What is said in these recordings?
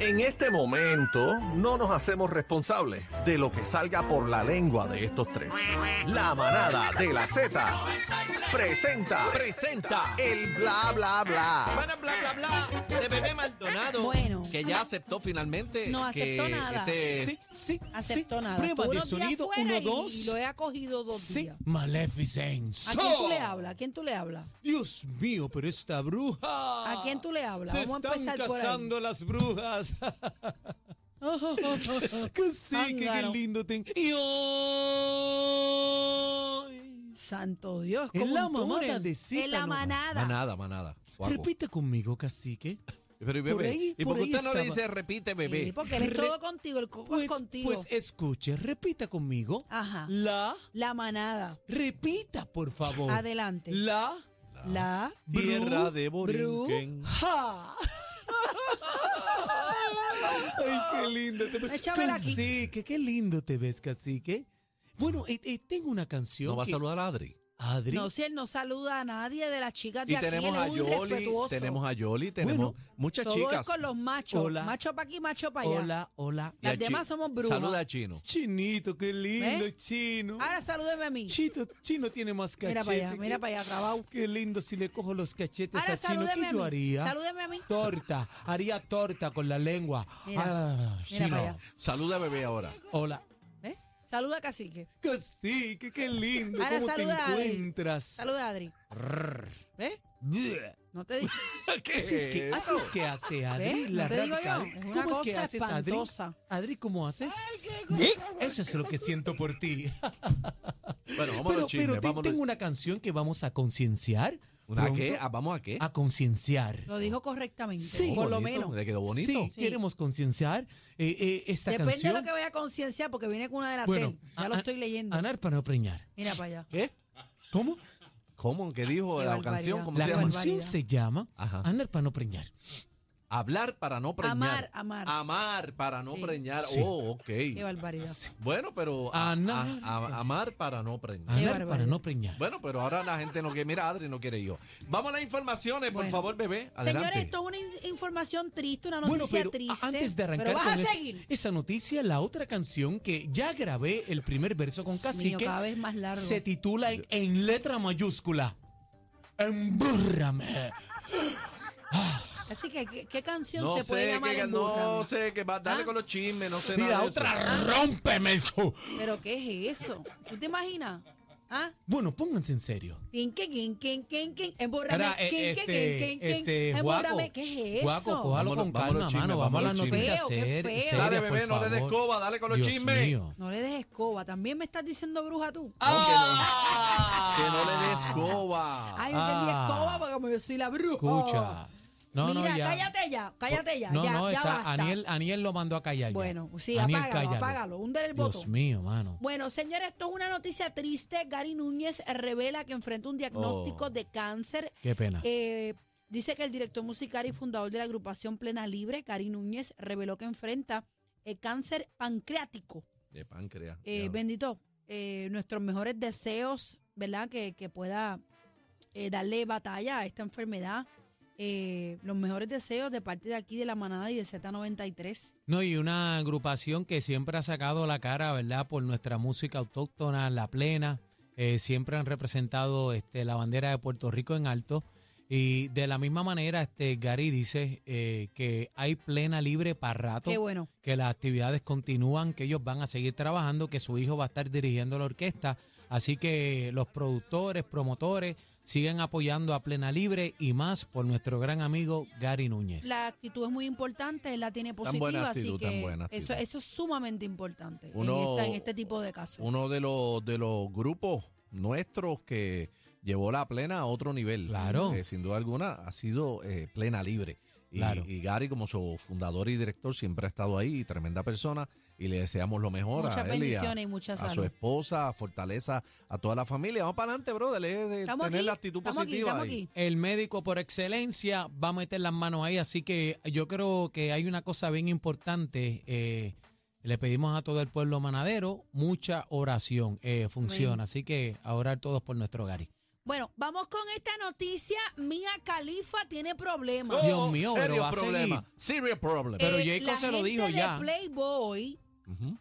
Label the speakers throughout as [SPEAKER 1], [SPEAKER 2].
[SPEAKER 1] En este momento no nos hacemos responsables de lo que salga por la lengua de estos tres. La manada de la Z presenta, presenta el bla bla bla.
[SPEAKER 2] Para bla bla bla de bebé Maldonado.
[SPEAKER 3] Ah, Bueno.
[SPEAKER 2] Que ya aceptó finalmente.
[SPEAKER 3] No aceptó
[SPEAKER 2] que
[SPEAKER 3] nada.
[SPEAKER 2] Este,
[SPEAKER 4] Sí, sí,
[SPEAKER 3] aceptó
[SPEAKER 4] sí.
[SPEAKER 3] nada.
[SPEAKER 4] Prueba
[SPEAKER 3] Estuvo
[SPEAKER 4] de
[SPEAKER 3] unos días
[SPEAKER 4] sonido
[SPEAKER 3] fuera
[SPEAKER 4] 1,
[SPEAKER 3] y Lo
[SPEAKER 4] 2.
[SPEAKER 3] he acogido dos
[SPEAKER 4] Sí.
[SPEAKER 3] días.
[SPEAKER 4] Maleficent.
[SPEAKER 3] ¿A quién tú le hablas? ¿A quién tú le hablas?
[SPEAKER 4] Dios mío, pero esta bruja.
[SPEAKER 3] ¿A quién tú le hablas?
[SPEAKER 4] Ah, Se
[SPEAKER 3] Vamos a
[SPEAKER 4] están
[SPEAKER 3] empezar por ahí. Oh,
[SPEAKER 4] casando las brujas. que sí, que qué
[SPEAKER 3] Ángaro.
[SPEAKER 4] lindo ten. Y hoy.
[SPEAKER 3] Santo Dios,
[SPEAKER 4] En
[SPEAKER 3] como
[SPEAKER 4] la
[SPEAKER 3] un
[SPEAKER 4] mamada
[SPEAKER 3] túnel.
[SPEAKER 4] de Zeta,
[SPEAKER 3] En la
[SPEAKER 4] no, no.
[SPEAKER 3] manada.
[SPEAKER 2] Manada, manada. Guapo.
[SPEAKER 4] Repite conmigo, cacique.
[SPEAKER 2] Pero y
[SPEAKER 4] Por
[SPEAKER 2] bebé.
[SPEAKER 4] ahí,
[SPEAKER 2] ¿Y por
[SPEAKER 4] por
[SPEAKER 2] qué
[SPEAKER 4] ahí
[SPEAKER 2] usted no le
[SPEAKER 4] estaba.
[SPEAKER 2] dice repite, bebé?
[SPEAKER 3] Sí, porque él es
[SPEAKER 4] Re-
[SPEAKER 3] todo contigo, el coco
[SPEAKER 4] Pues,
[SPEAKER 3] es contigo.
[SPEAKER 4] pues escuche, repita conmigo.
[SPEAKER 3] Ajá.
[SPEAKER 4] La.
[SPEAKER 3] la manada.
[SPEAKER 4] Repita, por favor.
[SPEAKER 3] Adelante.
[SPEAKER 4] oh, La.
[SPEAKER 3] La.
[SPEAKER 2] Tierra
[SPEAKER 4] Bru-
[SPEAKER 2] de Borinquen.
[SPEAKER 4] ¡Ja! ¡Ay, qué lindo te ves!
[SPEAKER 3] Échamela aquí.
[SPEAKER 4] Cacique, qué lindo te ves, cacique. Bueno, eh, eh, tengo una canción.
[SPEAKER 2] No va a
[SPEAKER 4] que-
[SPEAKER 2] saludar a Adri.
[SPEAKER 4] Adri.
[SPEAKER 3] No, si él no saluda a nadie de las chicas de
[SPEAKER 2] Y
[SPEAKER 3] aquí,
[SPEAKER 2] tenemos
[SPEAKER 3] él
[SPEAKER 2] a
[SPEAKER 3] es un
[SPEAKER 2] Yoli,
[SPEAKER 3] respetuoso.
[SPEAKER 2] tenemos a Yoli, tenemos
[SPEAKER 4] Bueno,
[SPEAKER 2] muchas
[SPEAKER 3] Todo
[SPEAKER 2] chicas.
[SPEAKER 3] es con los machos.
[SPEAKER 4] Hola.
[SPEAKER 3] Macho para aquí, macho para allá.
[SPEAKER 4] hola, hola.
[SPEAKER 2] Y a Chi-
[SPEAKER 3] Las demás somos brujas.
[SPEAKER 2] Saluda a Chino.
[SPEAKER 4] Chinito, qué lindo,
[SPEAKER 3] ¿Ves?
[SPEAKER 4] chino.
[SPEAKER 3] Ahora salúdeme a mí.
[SPEAKER 4] Chito, chino tiene más
[SPEAKER 3] Mira
[SPEAKER 4] cachetes.
[SPEAKER 3] pa' allá, mira pa' allá, trabao.
[SPEAKER 4] Qué lindo si le cojo los cachetes
[SPEAKER 3] Ahora
[SPEAKER 4] a chino. ¿Qué
[SPEAKER 3] salúdeme a
[SPEAKER 4] yo
[SPEAKER 3] mí.
[SPEAKER 4] haría?
[SPEAKER 3] Salúdeme a mí.
[SPEAKER 4] Torta. Haría torta con la lengua.
[SPEAKER 3] Mira,
[SPEAKER 4] Ah,
[SPEAKER 3] mira
[SPEAKER 4] Chino.
[SPEAKER 3] pa' allá.
[SPEAKER 2] Saluda a bebé ahora.
[SPEAKER 4] Hola.
[SPEAKER 3] ¿Eh? Saluda a Cacique.
[SPEAKER 4] Cacique, qué lindo.
[SPEAKER 3] Ahora
[SPEAKER 4] ¿Cómo te
[SPEAKER 3] saluda a Adri.
[SPEAKER 4] encuentras?
[SPEAKER 3] Saluda a Adri. ¿Ves? No te digo.
[SPEAKER 2] ¿Qué
[SPEAKER 4] Así es que, así es que hace Adri,
[SPEAKER 3] ¿Ves?
[SPEAKER 4] la
[SPEAKER 3] No te digo
[SPEAKER 4] radical.
[SPEAKER 3] yo, es una
[SPEAKER 4] ¿Cómo es que
[SPEAKER 3] cosa
[SPEAKER 4] haces
[SPEAKER 3] espantosa.
[SPEAKER 4] Adri? Adri, ¿cómo haces?
[SPEAKER 3] ¿Eh?
[SPEAKER 4] Eso es lo que siento por ti.
[SPEAKER 2] Bueno, vamos a
[SPEAKER 4] Pero,
[SPEAKER 2] los chismes.
[SPEAKER 4] pero te-
[SPEAKER 2] vámonos.
[SPEAKER 4] tengo una canción que vamos a concienciar.
[SPEAKER 2] ¿Una
[SPEAKER 4] pronto.
[SPEAKER 2] qué? Ah, ¿Vamos a qué?
[SPEAKER 4] A concienciar.
[SPEAKER 3] Lo dijo correctamente.
[SPEAKER 4] Sí.
[SPEAKER 3] por lo
[SPEAKER 2] Bonito,
[SPEAKER 3] menos.
[SPEAKER 2] Le quedó bonito.
[SPEAKER 4] Sí, queremos concienciar eh, eh, esta
[SPEAKER 3] Depende
[SPEAKER 4] canción.
[SPEAKER 3] de lo que vaya a concienciar, porque viene con una de la
[SPEAKER 4] bueno,
[SPEAKER 3] tele. Ya lo
[SPEAKER 4] a-
[SPEAKER 3] estoy leyendo.
[SPEAKER 4] Anar para no preñar.
[SPEAKER 3] Mira para allá.
[SPEAKER 2] ¿Qué?
[SPEAKER 4] ¿Cómo?
[SPEAKER 2] ¿Cómo? ¿Qué dijo
[SPEAKER 3] Qué
[SPEAKER 2] la
[SPEAKER 3] barbaridad.
[SPEAKER 2] canción? ¿Cómo
[SPEAKER 4] La
[SPEAKER 2] se llama?
[SPEAKER 4] canción
[SPEAKER 3] Barbaridad.
[SPEAKER 4] se llama
[SPEAKER 2] Ajá.
[SPEAKER 4] Anar para no preñar.
[SPEAKER 2] Hablar para no preñar.
[SPEAKER 3] Amar, amar.
[SPEAKER 2] Amar para no
[SPEAKER 3] Sí.
[SPEAKER 2] preñar.
[SPEAKER 4] Sí.
[SPEAKER 2] Oh, ok.
[SPEAKER 3] Qué barbaridad.
[SPEAKER 2] Bueno, pero a-
[SPEAKER 4] Ana-
[SPEAKER 2] a- a- amar para no preñar.
[SPEAKER 3] Qué
[SPEAKER 4] Anar para
[SPEAKER 3] barbaridad.
[SPEAKER 4] no preñar.
[SPEAKER 2] Bueno, pero ahora la gente no quiere. Mira, Adri no quiere yo. Vamos a las informaciones, por
[SPEAKER 3] Bueno.
[SPEAKER 2] favor, bebé. Adelante.
[SPEAKER 3] Señores, esto es una in- información triste, una
[SPEAKER 4] Bueno,
[SPEAKER 3] noticia
[SPEAKER 4] pero
[SPEAKER 3] triste.
[SPEAKER 4] a- antes de arrancar
[SPEAKER 3] pero vas
[SPEAKER 4] con
[SPEAKER 3] a
[SPEAKER 4] es-
[SPEAKER 3] seguir.
[SPEAKER 4] esa noticia, la otra canción que ya grabé el primer verso con
[SPEAKER 3] Mío,
[SPEAKER 4] Cacique
[SPEAKER 3] cada vez más largo.
[SPEAKER 4] se titula en, en letra mayúscula. Embúrrame.
[SPEAKER 3] Así que, ¿qué, qué canción
[SPEAKER 2] no
[SPEAKER 3] se puede
[SPEAKER 2] sé,
[SPEAKER 3] llamar
[SPEAKER 2] qué,
[SPEAKER 3] Embúrrame?
[SPEAKER 2] no sé qué va. Dale
[SPEAKER 3] ¿Ah?
[SPEAKER 2] con los chismes, no sé
[SPEAKER 4] Y
[SPEAKER 2] nada.
[SPEAKER 4] la
[SPEAKER 2] de eso.
[SPEAKER 4] otra, rómpeme el show.
[SPEAKER 3] ¿Pero qué es eso? ¿Tú te imaginas? ¿Ah?
[SPEAKER 4] Bueno, pónganse en serio.
[SPEAKER 3] Quin, quin, quin, quin, quin, quin.
[SPEAKER 4] Ahora,
[SPEAKER 3] Embúrrame,
[SPEAKER 4] eh,
[SPEAKER 3] quin, quin, quin, quin,
[SPEAKER 4] este,
[SPEAKER 3] quin.
[SPEAKER 4] este,
[SPEAKER 3] Embúrrame,
[SPEAKER 4] Guaco,
[SPEAKER 3] ¿qué es
[SPEAKER 4] Guaco,
[SPEAKER 3] eso?
[SPEAKER 4] cójalo
[SPEAKER 2] Vámonos,
[SPEAKER 4] con
[SPEAKER 2] vámonos,
[SPEAKER 4] calma,
[SPEAKER 2] chisme,
[SPEAKER 4] mano. Vamos a las
[SPEAKER 2] vámonos, chisme.
[SPEAKER 4] noticias
[SPEAKER 3] Qué feo, qué
[SPEAKER 4] ser-
[SPEAKER 3] feo.
[SPEAKER 4] serias,
[SPEAKER 2] Dale,
[SPEAKER 4] por
[SPEAKER 2] bebé, no le des
[SPEAKER 4] favor.
[SPEAKER 2] coba, dale con los
[SPEAKER 4] Dios
[SPEAKER 2] chismes.
[SPEAKER 4] mío.
[SPEAKER 3] No le des escoba. También me estás diciendo bruja tú.
[SPEAKER 2] No, que no- que, no, le des coba.
[SPEAKER 3] Ah. Ay, yo entendí
[SPEAKER 4] Ah.
[SPEAKER 3] escoba porque como yo soy la bruja.
[SPEAKER 4] Escucha. No,
[SPEAKER 3] Oh. Mira,
[SPEAKER 4] no, ya.
[SPEAKER 3] cállate ya, cállate ya.
[SPEAKER 4] No,
[SPEAKER 3] ya,
[SPEAKER 4] no,
[SPEAKER 3] ya
[SPEAKER 4] está-
[SPEAKER 3] basta.
[SPEAKER 4] Aniel, Aniel lo mandó a callar. ya.
[SPEAKER 3] Bueno, pues sí,
[SPEAKER 4] Aniel,
[SPEAKER 3] apágalo,
[SPEAKER 4] cállalo.
[SPEAKER 3] apágalo. Hunde el
[SPEAKER 4] Dios
[SPEAKER 3] botón.
[SPEAKER 4] mío, mano.
[SPEAKER 3] Bueno, señores, esto es una noticia triste. Gary Núñez revela que enfrenta un diagnóstico
[SPEAKER 2] Oh.
[SPEAKER 3] de cáncer.
[SPEAKER 4] Qué pena.
[SPEAKER 3] Eh, dice que el director musical y fundador de la agrupación Plena Libre, Gary Núñez, reveló que enfrenta el cáncer pancreático.
[SPEAKER 2] De páncreas.
[SPEAKER 3] Eh,
[SPEAKER 2] diablo.
[SPEAKER 3] bendito, eh, nuestros mejores deseos, ¿verdad? Que, que pueda eh, darle batalla a esta enfermedad. Eh, los mejores deseos de parte de aquí de la manada y de Z93.
[SPEAKER 4] No, y una agrupación que siempre ha sacado la cara, ¿verdad? Por nuestra música autóctona, la plena. Eh, siempre han representado este, la bandera de Puerto Rico en alto. Y de la misma manera, este, Gary dice eh, que hay plena libre para rato,
[SPEAKER 3] Qué bueno.
[SPEAKER 4] que las actividades continúan, que ellos van a seguir trabajando, que su hijo va a estar dirigiendo la orquesta. Así que los productores, promotores, sigan apoyando a plena libre y más por nuestro gran amigo Gary Núñez.
[SPEAKER 3] La actitud es muy importante, él la tiene
[SPEAKER 2] buena
[SPEAKER 3] positiva,
[SPEAKER 2] actitud,
[SPEAKER 3] así
[SPEAKER 2] tan
[SPEAKER 3] que
[SPEAKER 2] buena
[SPEAKER 3] eso,
[SPEAKER 2] actitud.
[SPEAKER 3] eso es sumamente importante en,
[SPEAKER 2] Uno-
[SPEAKER 3] esta- en este tipo de casos.
[SPEAKER 2] Uno de los, de los grupos nuestros que llevó la plena a otro nivel.
[SPEAKER 4] Claro.
[SPEAKER 2] Eh, sin duda alguna ha sido eh, plena libre. Y,
[SPEAKER 4] Claro.
[SPEAKER 2] y Gary, como su fundador y director, siempre ha estado ahí, tremenda persona, y le deseamos lo mejor a
[SPEAKER 3] muchas
[SPEAKER 2] él y a-
[SPEAKER 3] bendiciones y mucha
[SPEAKER 2] a su
[SPEAKER 3] salud.
[SPEAKER 2] esposa, a fortaleza, a toda la familia. Vamos para adelante, brother. es de
[SPEAKER 3] Estamos
[SPEAKER 2] tener
[SPEAKER 3] aquí,
[SPEAKER 2] la actitud
[SPEAKER 3] estamos aquí,
[SPEAKER 2] positiva.
[SPEAKER 3] estamos
[SPEAKER 2] y-
[SPEAKER 3] aquí.
[SPEAKER 4] El médico por excelencia va a meter las manos ahí, así que yo creo que hay una cosa bien importante. eh, le pedimos a todo el pueblo manadero mucha oración. eh, funciona, así que a orar todos por nuestro Gary.
[SPEAKER 3] Bueno, vamos con esta noticia. Mía Califa tiene problemas.
[SPEAKER 4] Dios mío, pero
[SPEAKER 2] serio
[SPEAKER 4] va a seguir.
[SPEAKER 2] problema. Serious problem.
[SPEAKER 4] Pero
[SPEAKER 3] Eh,
[SPEAKER 4] Jacob
[SPEAKER 3] la
[SPEAKER 4] se lo
[SPEAKER 3] gente
[SPEAKER 4] dijo
[SPEAKER 3] de
[SPEAKER 4] ya.
[SPEAKER 3] Playboy
[SPEAKER 2] Ujú.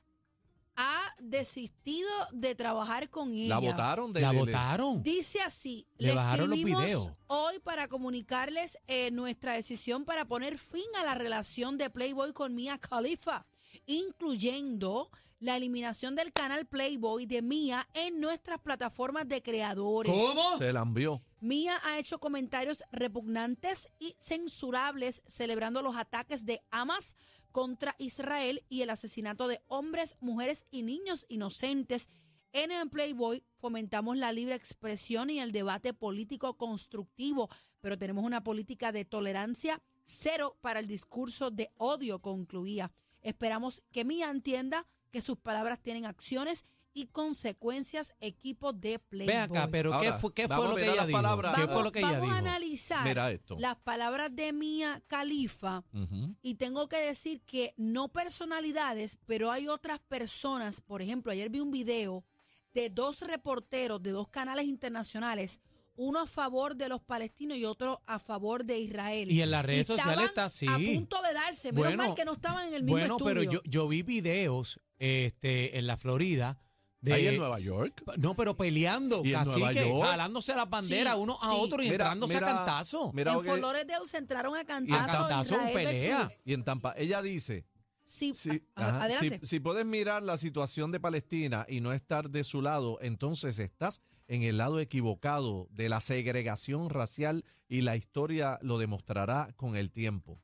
[SPEAKER 3] ha desistido de trabajar con
[SPEAKER 2] La
[SPEAKER 3] ella.
[SPEAKER 2] votaron de
[SPEAKER 4] La
[SPEAKER 2] de- de-
[SPEAKER 4] votaron.
[SPEAKER 3] Dice así,
[SPEAKER 4] Le bajaron los
[SPEAKER 3] escribimos
[SPEAKER 4] videos.
[SPEAKER 3] hoy para comunicarles eh, nuestra decisión para poner fin a la relación de Playboy con Mia Khalifa, incluyendo la eliminación del canal Playboy de Mia en nuestras plataformas de creadores.
[SPEAKER 2] Se la envió.
[SPEAKER 3] Mia ha hecho comentarios repugnantes y censurables celebrando los ataques de Hamas contra Israel y el asesinato de hombres, mujeres y niños inocentes. En el Playboy fomentamos la libre expresión y el debate político constructivo, pero tenemos una política de tolerancia cero para el discurso de odio, concluía. Esperamos que Mia entienda que sus palabras tienen acciones y consecuencias, equipo de Playboy.
[SPEAKER 4] Ve acá, pero ¿qué
[SPEAKER 2] Ahora,
[SPEAKER 4] fue, qué
[SPEAKER 2] vamos a
[SPEAKER 4] fue lo que
[SPEAKER 2] mirar
[SPEAKER 4] ella
[SPEAKER 2] las
[SPEAKER 4] dijo?
[SPEAKER 2] palabras.
[SPEAKER 4] ¿Qué
[SPEAKER 3] Vamos-
[SPEAKER 4] fue lo que ella
[SPEAKER 3] vamos a
[SPEAKER 4] dijo?
[SPEAKER 3] analizar
[SPEAKER 2] Mira esto.
[SPEAKER 3] las palabras de Mía Califa
[SPEAKER 2] Ujú.
[SPEAKER 3] y tengo que decir que no personalidades, pero hay otras personas. Por ejemplo, ayer vi un video de dos reporteros de dos canales internacionales, uno a favor de los palestinos y otro a favor de Israel.
[SPEAKER 4] Y en las redes sociales
[SPEAKER 3] estaban
[SPEAKER 4] está así.
[SPEAKER 3] A punto de darse, menos
[SPEAKER 4] Bueno,
[SPEAKER 3] mal que no estaban en el mismo
[SPEAKER 4] Bueno,
[SPEAKER 3] estudio.
[SPEAKER 4] pero yo, yo vi videos este, en la Florida. De,
[SPEAKER 2] Ahí en Nueva York.
[SPEAKER 4] No, pero peleando,
[SPEAKER 2] Y en
[SPEAKER 4] así
[SPEAKER 2] Nueva
[SPEAKER 4] que
[SPEAKER 2] York.
[SPEAKER 4] jalándose las banderas
[SPEAKER 3] Sí,
[SPEAKER 4] uno a
[SPEAKER 3] sí.
[SPEAKER 4] otro y
[SPEAKER 2] Mira,
[SPEAKER 4] entrándose
[SPEAKER 2] mira,
[SPEAKER 4] a cantazo.
[SPEAKER 2] Mira,
[SPEAKER 3] en
[SPEAKER 2] ok.
[SPEAKER 3] Fort Lauderdale se entraron a
[SPEAKER 4] y en
[SPEAKER 3] cantazo.
[SPEAKER 4] cantazo,
[SPEAKER 3] Israel
[SPEAKER 4] pelea.
[SPEAKER 3] versus-
[SPEAKER 2] Y en Tampa, ella dice,
[SPEAKER 3] Sí,
[SPEAKER 2] si,
[SPEAKER 3] a- a-
[SPEAKER 2] ajá, si-
[SPEAKER 3] ah, adelante.
[SPEAKER 2] si puedes mirar la situación de Palestina y no estar de su lado, entonces estás en el lado equivocado de la segregación racial y la historia lo demostrará con el tiempo.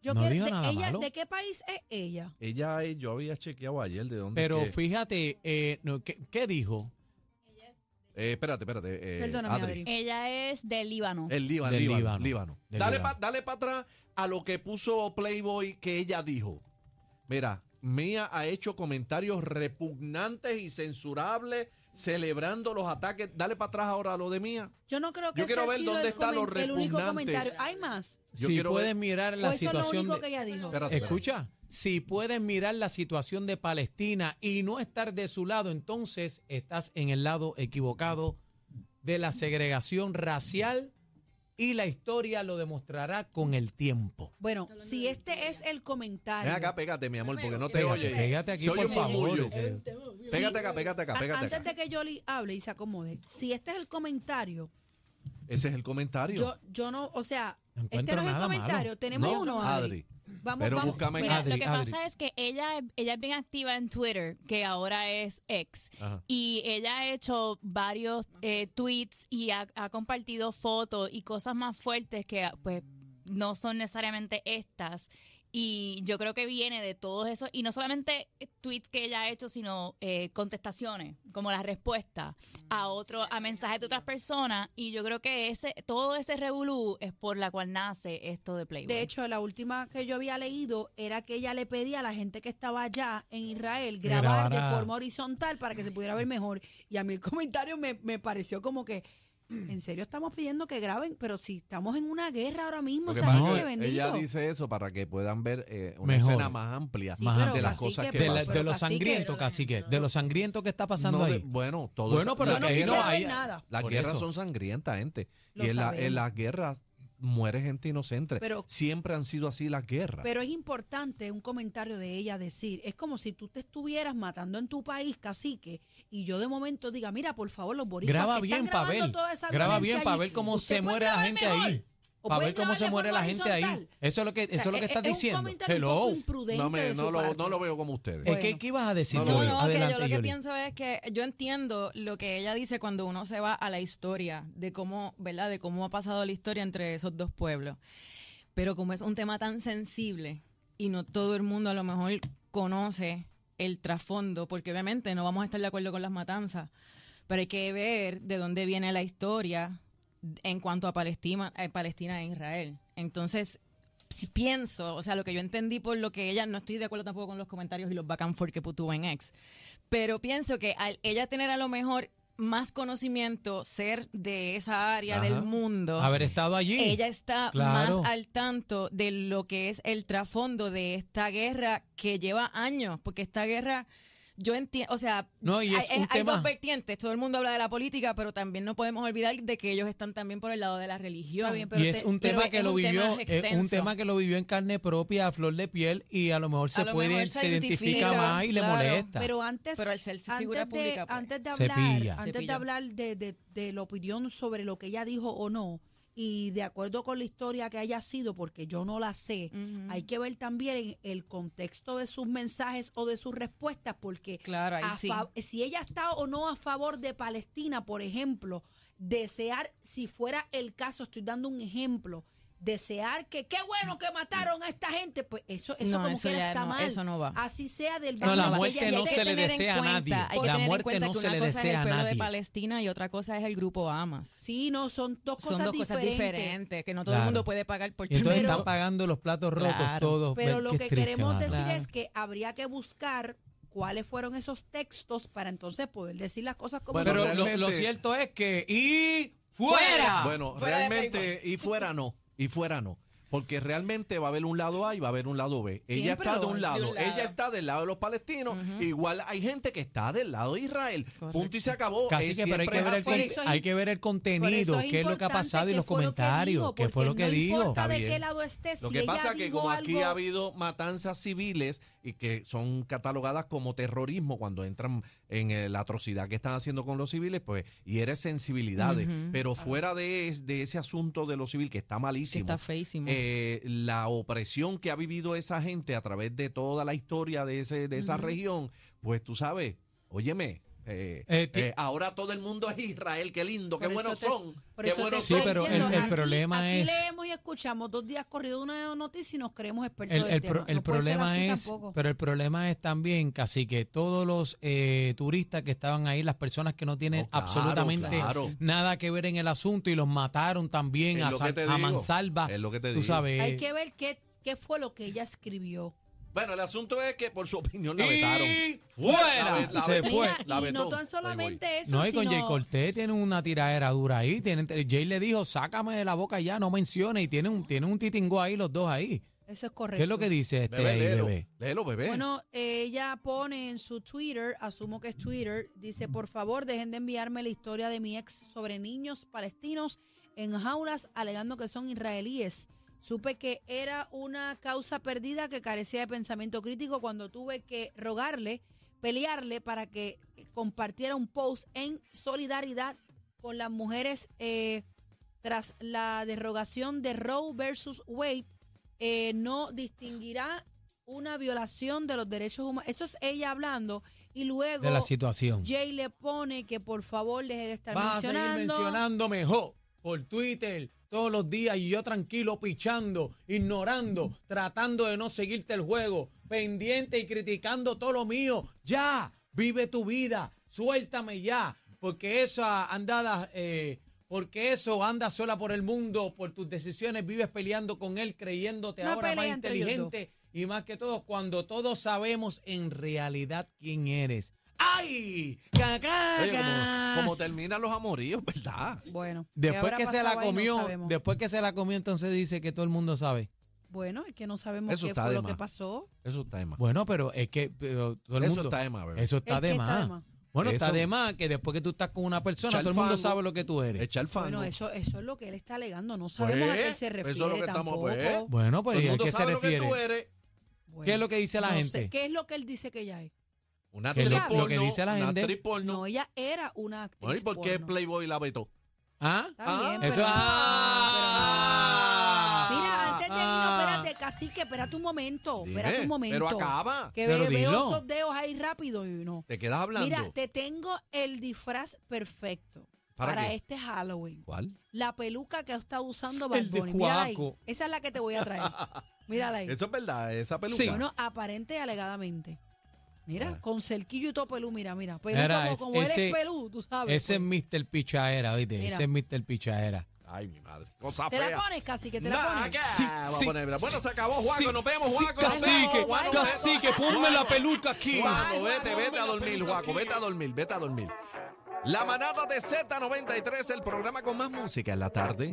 [SPEAKER 3] Yo
[SPEAKER 4] No
[SPEAKER 3] quiero-
[SPEAKER 4] dijo
[SPEAKER 3] de-
[SPEAKER 4] nada
[SPEAKER 3] ella-
[SPEAKER 4] malo.
[SPEAKER 3] ¿De qué país es ella?
[SPEAKER 2] Ella, eh, yo había chequeado ayer de dónde. es
[SPEAKER 4] Pero
[SPEAKER 2] que-
[SPEAKER 4] fíjate, eh, no, ¿qué, qué dijo?
[SPEAKER 2] Eh, espérate, espérate. eh,
[SPEAKER 3] Perdóname,
[SPEAKER 2] Adri.
[SPEAKER 3] Adri.
[SPEAKER 5] Ella es del
[SPEAKER 4] Eh,
[SPEAKER 5] Líbano.
[SPEAKER 2] El Líbano,
[SPEAKER 4] Del
[SPEAKER 2] Líbano,
[SPEAKER 4] Líbano.
[SPEAKER 2] Líbano.
[SPEAKER 4] Del
[SPEAKER 2] dale
[SPEAKER 4] Líbano.
[SPEAKER 2] para atrás a lo que puso Playboy que ella dijo. Mira, Mia ha hecho comentarios repugnantes y censurables celebrando los ataques. Dale para atrás ahora a lo de Mía.
[SPEAKER 3] Yo no creo que
[SPEAKER 2] Yo
[SPEAKER 3] ese
[SPEAKER 2] quiero
[SPEAKER 3] ha
[SPEAKER 2] ver
[SPEAKER 3] sido
[SPEAKER 2] dónde
[SPEAKER 3] el,
[SPEAKER 2] está lo
[SPEAKER 3] comen- el único
[SPEAKER 2] repugnante.
[SPEAKER 3] comentario. Hay más.
[SPEAKER 2] Yo
[SPEAKER 4] si
[SPEAKER 2] quiero
[SPEAKER 4] puedes
[SPEAKER 2] ver-
[SPEAKER 4] mirar
[SPEAKER 3] o
[SPEAKER 4] la
[SPEAKER 3] eso es lo
[SPEAKER 4] situación
[SPEAKER 3] único
[SPEAKER 4] de-
[SPEAKER 3] que ella dijo.
[SPEAKER 2] Espérate, espérate.
[SPEAKER 4] Escucha, si puedes mirar la situación de Palestina y no estar de su lado, entonces estás en el lado equivocado de la segregación racial y la historia lo demostrará con el tiempo.
[SPEAKER 3] Bueno, si este es el comentario.
[SPEAKER 2] Ven acá, pégate, mi amor, porque no te
[SPEAKER 4] Pégate,
[SPEAKER 2] oye.
[SPEAKER 4] pégate aquí,
[SPEAKER 2] Se oye
[SPEAKER 4] por
[SPEAKER 2] un
[SPEAKER 4] favor.
[SPEAKER 2] murmullo.
[SPEAKER 4] ese-
[SPEAKER 2] Pégate acá, pégate acá,
[SPEAKER 3] a-
[SPEAKER 2] pégate
[SPEAKER 3] antes
[SPEAKER 2] acá.
[SPEAKER 3] de que Yoli hable y se acomode, si este es el comentario,
[SPEAKER 2] Ese es el comentario.
[SPEAKER 3] yo, yo no, o sea,
[SPEAKER 4] No
[SPEAKER 3] este
[SPEAKER 4] encuentro
[SPEAKER 3] no es el
[SPEAKER 4] nada
[SPEAKER 3] comentario,
[SPEAKER 4] malo.
[SPEAKER 3] tenemos
[SPEAKER 2] No,
[SPEAKER 3] uno. Adri.
[SPEAKER 2] Adri.
[SPEAKER 3] Vamos,
[SPEAKER 2] Pero
[SPEAKER 3] vamos.
[SPEAKER 2] búscame-
[SPEAKER 5] Mira,
[SPEAKER 4] Adri,
[SPEAKER 5] lo que
[SPEAKER 4] Adri.
[SPEAKER 5] pasa es que ella, ella es bien activa en Twitter, que ahora es ex.
[SPEAKER 2] Ajá.
[SPEAKER 5] Y ella ha hecho varios eh, tweets y ha, ha compartido fotos y cosas más fuertes que pues no son necesariamente estas. Y yo creo que viene de todos esos, y no solamente tweets que ella ha hecho, sino eh, contestaciones, como la respuesta a otro, a mensajes de otras personas. Y yo creo que ese, todo ese revolú es por la cual nace esto de Playboy.
[SPEAKER 3] De hecho, la última que yo había leído era que ella le pedía a la gente que estaba allá en Israel grabar
[SPEAKER 4] grabara.
[SPEAKER 3] de forma horizontal para que se pudiera ver mejor. Y a mí el comentario me, me pareció como que, en serio estamos pidiendo que graben, pero si estamos en una guerra ahora mismo,
[SPEAKER 2] Lo
[SPEAKER 3] o
[SPEAKER 2] que
[SPEAKER 3] sea,
[SPEAKER 2] pasa
[SPEAKER 4] no,
[SPEAKER 2] es
[SPEAKER 3] gente
[SPEAKER 2] que
[SPEAKER 3] bendito.
[SPEAKER 2] ella dice eso para que puedan ver eh, una
[SPEAKER 4] Mejor.
[SPEAKER 2] escena más amplia
[SPEAKER 3] Sí,
[SPEAKER 4] más
[SPEAKER 3] pero
[SPEAKER 2] de las
[SPEAKER 3] cacique,
[SPEAKER 2] cosas que
[SPEAKER 3] pero-
[SPEAKER 4] de, la-
[SPEAKER 2] pasan.
[SPEAKER 4] de lo
[SPEAKER 3] cacique.
[SPEAKER 4] sangriento, cacique, de lo sangriento que está pasando
[SPEAKER 2] No de-
[SPEAKER 4] ahí.
[SPEAKER 2] bueno, todo
[SPEAKER 4] Bueno,
[SPEAKER 2] es-
[SPEAKER 4] pero
[SPEAKER 3] Yo no
[SPEAKER 4] que ahí
[SPEAKER 3] quisiera
[SPEAKER 4] no
[SPEAKER 3] ver
[SPEAKER 4] hay-
[SPEAKER 3] nada.
[SPEAKER 2] Las
[SPEAKER 4] Por
[SPEAKER 2] guerras
[SPEAKER 4] eso.
[SPEAKER 2] son sangrientas, gente.
[SPEAKER 3] Lo
[SPEAKER 2] y en, la- en
[SPEAKER 3] sabemos.
[SPEAKER 2] las guerras muere gente inocente.
[SPEAKER 3] Pero-
[SPEAKER 2] Siempre han sido así las guerras.
[SPEAKER 3] Pero es importante un comentario de ella decir, es como si tú te estuvieras matando en tu país, cacique, y yo de momento diga, mira, por favor, los boricuas
[SPEAKER 4] Graba
[SPEAKER 3] que
[SPEAKER 4] bien
[SPEAKER 3] están
[SPEAKER 4] para
[SPEAKER 3] grabando
[SPEAKER 4] ver.
[SPEAKER 3] toda esa
[SPEAKER 4] Graba bien
[SPEAKER 3] violencia
[SPEAKER 4] para
[SPEAKER 3] allí,
[SPEAKER 4] ver cómo
[SPEAKER 3] usted
[SPEAKER 4] se
[SPEAKER 3] puede
[SPEAKER 4] muere la
[SPEAKER 3] grabar
[SPEAKER 4] gente
[SPEAKER 3] mejor,
[SPEAKER 4] ahí.
[SPEAKER 3] o
[SPEAKER 4] Para
[SPEAKER 3] puede
[SPEAKER 4] ver cómo
[SPEAKER 3] grabar
[SPEAKER 4] se
[SPEAKER 3] de
[SPEAKER 4] muere la
[SPEAKER 3] forma
[SPEAKER 4] gente ahí.
[SPEAKER 3] horizontal.
[SPEAKER 4] Eso es lo que,
[SPEAKER 3] O
[SPEAKER 4] eso
[SPEAKER 3] sea, e,
[SPEAKER 4] es lo que estás
[SPEAKER 3] es
[SPEAKER 4] diciendo.
[SPEAKER 3] Un comentario un
[SPEAKER 4] Hello.
[SPEAKER 3] poco imprudente
[SPEAKER 2] no, me-
[SPEAKER 3] de
[SPEAKER 2] no
[SPEAKER 3] su
[SPEAKER 2] lo,
[SPEAKER 3] parte.
[SPEAKER 2] no lo veo como ustedes.
[SPEAKER 4] Es
[SPEAKER 3] Bueno.
[SPEAKER 4] que, ¿qué ibas a decir,
[SPEAKER 2] No lo
[SPEAKER 4] Yoli?
[SPEAKER 2] veo.
[SPEAKER 6] No,
[SPEAKER 4] Adelante,
[SPEAKER 6] que yo lo que
[SPEAKER 4] Yoli.
[SPEAKER 6] pienso es que yo entiendo lo que ella dice cuando uno se va a la historia de cómo, ¿verdad? De cómo ha pasado la historia entre esos dos pueblos. Pero como es un tema tan sensible y no todo el mundo a lo mejor conoce el trasfondo, porque obviamente no vamos a estar de acuerdo con las matanzas, pero hay que ver de dónde viene la historia en cuanto a Palestina, eh, Palestina e Israel. Entonces, si pienso, o sea, lo que yo entendí por lo que ella, no estoy de acuerdo tampoco con los comentarios y los back and forth que tuvo en ex, pero pienso que al ella tener a lo mejor más conocimiento, ser de esa área
[SPEAKER 2] Ajá.
[SPEAKER 6] del mundo,
[SPEAKER 4] Haber estado allí.
[SPEAKER 6] ella está
[SPEAKER 4] Claro.
[SPEAKER 6] más al tanto de lo que es el trasfondo de esta guerra que lleva años, porque esta guerra yo entiendo, o sea,
[SPEAKER 4] No, y es
[SPEAKER 6] hay,
[SPEAKER 4] un
[SPEAKER 6] hay
[SPEAKER 4] tema-
[SPEAKER 6] dos vertientes. Todo el mundo habla de la política, pero también no podemos olvidar de que ellos están también por el lado de la religión.
[SPEAKER 3] Está bien, pero
[SPEAKER 4] Y es
[SPEAKER 3] te-
[SPEAKER 4] un tema
[SPEAKER 6] pero
[SPEAKER 4] que
[SPEAKER 6] es
[SPEAKER 4] lo
[SPEAKER 6] un
[SPEAKER 4] vivió,
[SPEAKER 6] tema
[SPEAKER 4] es un
[SPEAKER 6] extenso.
[SPEAKER 4] tema que lo vivió en carne propia, a flor de piel, y a lo mejor se
[SPEAKER 6] lo
[SPEAKER 4] puede,
[SPEAKER 6] mejor
[SPEAKER 4] se,
[SPEAKER 6] se
[SPEAKER 4] identifica
[SPEAKER 6] identifica,
[SPEAKER 4] más y le
[SPEAKER 6] claro,
[SPEAKER 4] molesta.
[SPEAKER 3] Pero antes,
[SPEAKER 6] Pero al ser figura
[SPEAKER 3] antes, de,
[SPEAKER 6] pública, pues,
[SPEAKER 3] antes de
[SPEAKER 4] se
[SPEAKER 3] hablar,
[SPEAKER 4] pilla.
[SPEAKER 3] antes
[SPEAKER 6] Se
[SPEAKER 3] de
[SPEAKER 6] pilla.
[SPEAKER 3] hablar de, de- de la opinión sobre lo que ella dijo o no, y de acuerdo con la historia que haya sido, porque yo no la sé,
[SPEAKER 6] Ujú.
[SPEAKER 3] hay que ver también el contexto de sus mensajes o de sus respuestas, porque
[SPEAKER 6] Claro, ahí
[SPEAKER 3] a
[SPEAKER 6] sí.
[SPEAKER 3] fa- si ella está o no a favor de Palestina, por ejemplo, desear, si fuera el caso, estoy dando un ejemplo, desear que qué bueno que mataron a esta gente, pues eso, eso
[SPEAKER 6] No,
[SPEAKER 3] como
[SPEAKER 6] eso
[SPEAKER 3] quiera
[SPEAKER 6] ya
[SPEAKER 3] está
[SPEAKER 6] no,
[SPEAKER 3] mal.
[SPEAKER 6] eso no va.
[SPEAKER 3] Así sea del
[SPEAKER 4] No,
[SPEAKER 3] bando
[SPEAKER 4] la
[SPEAKER 3] que
[SPEAKER 4] muerte
[SPEAKER 3] ella
[SPEAKER 4] no
[SPEAKER 3] esté.
[SPEAKER 4] se le
[SPEAKER 6] tener en
[SPEAKER 4] desea a nadie.
[SPEAKER 6] hay que
[SPEAKER 4] La
[SPEAKER 6] tener en
[SPEAKER 4] muerte
[SPEAKER 6] cuenta
[SPEAKER 4] no
[SPEAKER 6] que
[SPEAKER 4] se
[SPEAKER 6] una
[SPEAKER 4] le
[SPEAKER 6] cosa es
[SPEAKER 4] desea a
[SPEAKER 6] el pueblo
[SPEAKER 4] nadie.
[SPEAKER 6] de Palestina y otra cosa es el grupo Hamas.
[SPEAKER 3] Sí, no, son dos cosas
[SPEAKER 6] Son dos cosas
[SPEAKER 3] diferentes.
[SPEAKER 6] diferentes, que no todo
[SPEAKER 4] Claro.
[SPEAKER 6] el mundo puede pagar por
[SPEAKER 4] y entonces
[SPEAKER 3] pero-
[SPEAKER 4] están pagando los platos rotos
[SPEAKER 6] Claro.
[SPEAKER 4] todos.
[SPEAKER 3] Pero
[SPEAKER 4] Ve-
[SPEAKER 3] lo
[SPEAKER 4] qué
[SPEAKER 3] que
[SPEAKER 4] triste,
[SPEAKER 3] queremos
[SPEAKER 4] mano.
[SPEAKER 3] decir
[SPEAKER 6] Claro.
[SPEAKER 3] es que habría que buscar cuáles furon esos textos para entonces poder decir las cosas como
[SPEAKER 2] Bueno,
[SPEAKER 3] son.
[SPEAKER 4] Pero lo- lo,
[SPEAKER 2] realmente-
[SPEAKER 4] cierto es que y Ah, fuera.
[SPEAKER 2] Bueno,
[SPEAKER 6] Fuera de
[SPEAKER 2] realmente, y fuera no, y fuera no. Porque realmente va a haber un lado A y va a haber un lado B. ella
[SPEAKER 3] Siempre
[SPEAKER 2] está de
[SPEAKER 3] lo hay, de
[SPEAKER 2] un, lado,
[SPEAKER 6] un lado.
[SPEAKER 2] ella está del lado de los palestinos, igual hay gente que está del lado de Israel. Punto y se acabó.
[SPEAKER 4] Casi
[SPEAKER 2] Es
[SPEAKER 4] que, pero hay que,
[SPEAKER 2] siempre
[SPEAKER 4] ver el,
[SPEAKER 2] así.
[SPEAKER 3] Por eso
[SPEAKER 4] con-
[SPEAKER 3] es
[SPEAKER 4] hay
[SPEAKER 3] im-
[SPEAKER 4] que ver el
[SPEAKER 3] Por eso
[SPEAKER 4] contenido,
[SPEAKER 3] es
[SPEAKER 4] qué es lo que ha
[SPEAKER 3] importante
[SPEAKER 4] pasado y
[SPEAKER 3] qué
[SPEAKER 4] los
[SPEAKER 3] fue lo que
[SPEAKER 4] comentarios,
[SPEAKER 3] dijo,
[SPEAKER 4] qué fue
[SPEAKER 3] porque
[SPEAKER 4] lo que
[SPEAKER 3] no
[SPEAKER 4] dijo.
[SPEAKER 3] importa
[SPEAKER 2] Está
[SPEAKER 3] de
[SPEAKER 2] bien.
[SPEAKER 3] qué lado estés.
[SPEAKER 2] Lo
[SPEAKER 3] si
[SPEAKER 2] que
[SPEAKER 3] ella
[SPEAKER 2] pasa es que
[SPEAKER 3] dijo
[SPEAKER 2] como aquí
[SPEAKER 3] algo-
[SPEAKER 2] ha habido matanzas civiles y que son catalogadas como terrorismo cuando entran en eh, la atrocidad que están haciendo con los civiles, pues y eres sensibilidades.
[SPEAKER 3] Ah.
[SPEAKER 2] Pero fuera de, es- de ese asunto de lo civil que está
[SPEAKER 6] Que
[SPEAKER 2] malísimo,
[SPEAKER 6] está feísimo.
[SPEAKER 2] eh, la opresión que ha vivido esa gente a través de toda la historia de, ese, de esa región, pues tú sabes, óyeme. eh,
[SPEAKER 4] Eh, ti-
[SPEAKER 2] eh, ahora todo el mundo es Israel, qué lindo, qué
[SPEAKER 3] Por eso
[SPEAKER 2] buenos
[SPEAKER 3] te-
[SPEAKER 2] son,
[SPEAKER 3] por
[SPEAKER 2] qué
[SPEAKER 3] eso te
[SPEAKER 2] buenos
[SPEAKER 4] Sí,
[SPEAKER 3] estoy
[SPEAKER 2] son.
[SPEAKER 4] pero el-
[SPEAKER 3] diciendo,
[SPEAKER 4] el
[SPEAKER 3] aquí-
[SPEAKER 4] problema
[SPEAKER 3] aquí
[SPEAKER 4] es-
[SPEAKER 3] leemos y escuchamos dos días corridos una noticia y nos creemos expertos
[SPEAKER 4] El,
[SPEAKER 3] del
[SPEAKER 4] el
[SPEAKER 3] tema.
[SPEAKER 4] pro- el
[SPEAKER 3] No puede ser
[SPEAKER 4] problema
[SPEAKER 3] así
[SPEAKER 4] es,
[SPEAKER 3] tampoco.
[SPEAKER 4] pero el problema es también casi que todos los eh, turistas que estaban ahí, las personas que no tienen
[SPEAKER 2] No, claro,
[SPEAKER 4] absolutamente
[SPEAKER 2] claro.
[SPEAKER 4] nada que ver en el asunto y los mataron también
[SPEAKER 2] Es
[SPEAKER 4] a,
[SPEAKER 2] lo que
[SPEAKER 4] sal-
[SPEAKER 2] te
[SPEAKER 4] a
[SPEAKER 2] digo,
[SPEAKER 4] mansalva.
[SPEAKER 2] es lo que te
[SPEAKER 4] tú
[SPEAKER 2] digo.
[SPEAKER 4] sabes.
[SPEAKER 3] Hay que ver qué, qué fue lo que ella escribió.
[SPEAKER 2] Bueno, el asunto es que por su opinión la
[SPEAKER 4] Y
[SPEAKER 2] vetaron.
[SPEAKER 4] fuera,
[SPEAKER 2] ve-
[SPEAKER 4] se
[SPEAKER 2] vetó,
[SPEAKER 4] fue.
[SPEAKER 3] Mira,
[SPEAKER 2] la
[SPEAKER 3] y
[SPEAKER 2] vetó.
[SPEAKER 3] no tan solamente eso,
[SPEAKER 4] No, y
[SPEAKER 3] sino...
[SPEAKER 4] con Jay Cortés tiene una tiradera dura ahí. Tienen, Jay le dijo, sácame de la boca ya, no menciones. Y tienen un, tienen un titingo ahí, los dos ahí.
[SPEAKER 3] Eso es correcto.
[SPEAKER 4] ¿Qué es lo que dice este
[SPEAKER 2] Bebé,
[SPEAKER 4] ahí,
[SPEAKER 2] léelo,
[SPEAKER 4] bebé?
[SPEAKER 2] léelo, bebé.
[SPEAKER 3] Bueno, ella pone en su Twitter, asumo que es Twitter, dice, por favor, dejen de enviarme la historia de mi ex sobre niños palestinos en jaulas alegando que son israelíes. Supe que era una causa perdida que carecía de pensamiento crítico cuando tuve que rogarle, pelearle para que compartiera un post en solidaridad con las mujeres eh, tras la derogación de Roe versus Wade. eh, no distinguirá una violación de los derechos humanos. Eso es ella hablando. Y luego
[SPEAKER 4] De la situación.
[SPEAKER 3] Jay le pone que por favor deje de estar
[SPEAKER 4] Vas a seguir
[SPEAKER 3] mencionando.
[SPEAKER 4] mencionando mejor por Twitter todos los días y yo tranquilo pichando, ignorando, tratando de no seguirte el juego, pendiente y criticando todo lo mío. Ya, vive tu vida, suéltame ya, porque esa andada, eh, porque eso anda sola por el mundo, por tus decisiones vives peleando con él, creyéndote
[SPEAKER 3] Una
[SPEAKER 4] ahora más
[SPEAKER 3] pelea entre ellos
[SPEAKER 4] inteligente y más que todo cuando todos sabemos en realidad quién eres. ¡Ay! ¡Cacá!
[SPEAKER 2] Oye, como, como terminan los amoríos, ¿verdad?
[SPEAKER 3] Bueno, ¿qué
[SPEAKER 4] Después
[SPEAKER 3] habrá
[SPEAKER 4] que se la
[SPEAKER 3] pasado ahí? No
[SPEAKER 4] comió,
[SPEAKER 3] sabemos.
[SPEAKER 4] después que se la comió, entonces dice que todo el mundo sabe.
[SPEAKER 3] bueno, es que no sabemos
[SPEAKER 2] Eso
[SPEAKER 3] qué
[SPEAKER 2] está
[SPEAKER 3] fue
[SPEAKER 2] de
[SPEAKER 3] lo
[SPEAKER 2] más.
[SPEAKER 3] que pasó.
[SPEAKER 2] Eso está de más.
[SPEAKER 4] Bueno, pero es que pero todo el
[SPEAKER 2] Eso
[SPEAKER 4] mundo.
[SPEAKER 2] está de más, bebé.
[SPEAKER 4] Eso está
[SPEAKER 3] ¿El
[SPEAKER 4] de
[SPEAKER 3] qué está de
[SPEAKER 4] más.
[SPEAKER 3] más?
[SPEAKER 4] Bueno, está
[SPEAKER 2] Eso.
[SPEAKER 4] de más que después que tú estás con una persona,
[SPEAKER 2] Echar
[SPEAKER 4] todo el mundo
[SPEAKER 2] fango.
[SPEAKER 4] sabe lo que tú eres.
[SPEAKER 2] Echar fan.
[SPEAKER 3] Bueno, eso, eso es lo que él está alegando. No sabemos
[SPEAKER 4] Pues,
[SPEAKER 3] a qué se refiere
[SPEAKER 2] Eso es lo que estamos,
[SPEAKER 3] tampoco.
[SPEAKER 2] pues.
[SPEAKER 4] Bueno,
[SPEAKER 2] Todo
[SPEAKER 4] pues
[SPEAKER 2] el
[SPEAKER 4] ¿y ¿a
[SPEAKER 2] mundo
[SPEAKER 4] qué se
[SPEAKER 2] sabe lo que tú
[SPEAKER 4] refiere?
[SPEAKER 2] eres.
[SPEAKER 3] Bueno,
[SPEAKER 4] ¿Qué es lo que dice la
[SPEAKER 3] no
[SPEAKER 4] gente?
[SPEAKER 3] sé, ¿Qué es lo que él dice que ella es?
[SPEAKER 2] Una
[SPEAKER 4] Que
[SPEAKER 3] lo-
[SPEAKER 2] actriz
[SPEAKER 3] lo
[SPEAKER 2] porno,
[SPEAKER 4] que dice la
[SPEAKER 2] una
[SPEAKER 4] gente.
[SPEAKER 2] actriz porno.
[SPEAKER 3] No, ella era una actriz
[SPEAKER 2] Bueno, ¿Y por qué
[SPEAKER 3] porno.
[SPEAKER 2] Playboy la vetó?
[SPEAKER 4] ¿Ah?
[SPEAKER 3] Está
[SPEAKER 2] Ah,
[SPEAKER 3] bien,
[SPEAKER 4] eso-
[SPEAKER 3] pero,
[SPEAKER 4] Ah.
[SPEAKER 3] pero no. Mira, antes de
[SPEAKER 4] Ah.
[SPEAKER 3] irnos, espérate, cacique, espérate un momento.
[SPEAKER 2] Dime,
[SPEAKER 3] espérate un momento.
[SPEAKER 2] Pero acaba.
[SPEAKER 3] Que
[SPEAKER 4] Pero
[SPEAKER 3] ve- veo
[SPEAKER 4] dilo.
[SPEAKER 3] esos dedos ahí rápido y no.
[SPEAKER 2] Te quedas hablando.
[SPEAKER 3] Mira, te tengo el disfraz perfecto
[SPEAKER 2] ¿Para
[SPEAKER 3] para,
[SPEAKER 2] qué?
[SPEAKER 3] este Halloween.
[SPEAKER 2] ¿Cuál?
[SPEAKER 3] La peluca que está usando Bad
[SPEAKER 4] El de
[SPEAKER 3] Bunny. Mírala ahí.
[SPEAKER 4] Juaco.
[SPEAKER 3] Esa es la que te voy a traer. Mírala ahí.
[SPEAKER 2] Eso es verdad, esa peluca.
[SPEAKER 4] Sí.
[SPEAKER 3] Bueno, aparente y alegadamente. Mira, con cerquillo y todo pelú, mira, mira. Pero
[SPEAKER 4] Era,
[SPEAKER 3] como,
[SPEAKER 4] es-
[SPEAKER 3] como él
[SPEAKER 4] ese-
[SPEAKER 3] es pelú, tú sabes.
[SPEAKER 4] Ese es
[SPEAKER 3] pues.
[SPEAKER 4] Mr. Pichaera, ¿viste?
[SPEAKER 3] Mira.
[SPEAKER 4] Ese es Mr. Pichaera.
[SPEAKER 2] Ay, mi madre. Cosa
[SPEAKER 3] Te
[SPEAKER 2] fea.
[SPEAKER 3] la pones, casi que te la
[SPEAKER 2] Nah,
[SPEAKER 3] pones.
[SPEAKER 2] ¿qué? Ah, Vamos a poner, mira. bueno, se acabó, Juaco. nos vemos, Juaco. nos
[SPEAKER 4] cacique,
[SPEAKER 2] vemos, Juaco, nos vemos.
[SPEAKER 4] cacique, ponme la peluca aquí.
[SPEAKER 2] Guaco, vete, vete a dormir, Guaco, vete a dormir, vete a dormir. La manada de Z93, el programa con más música en la tarde.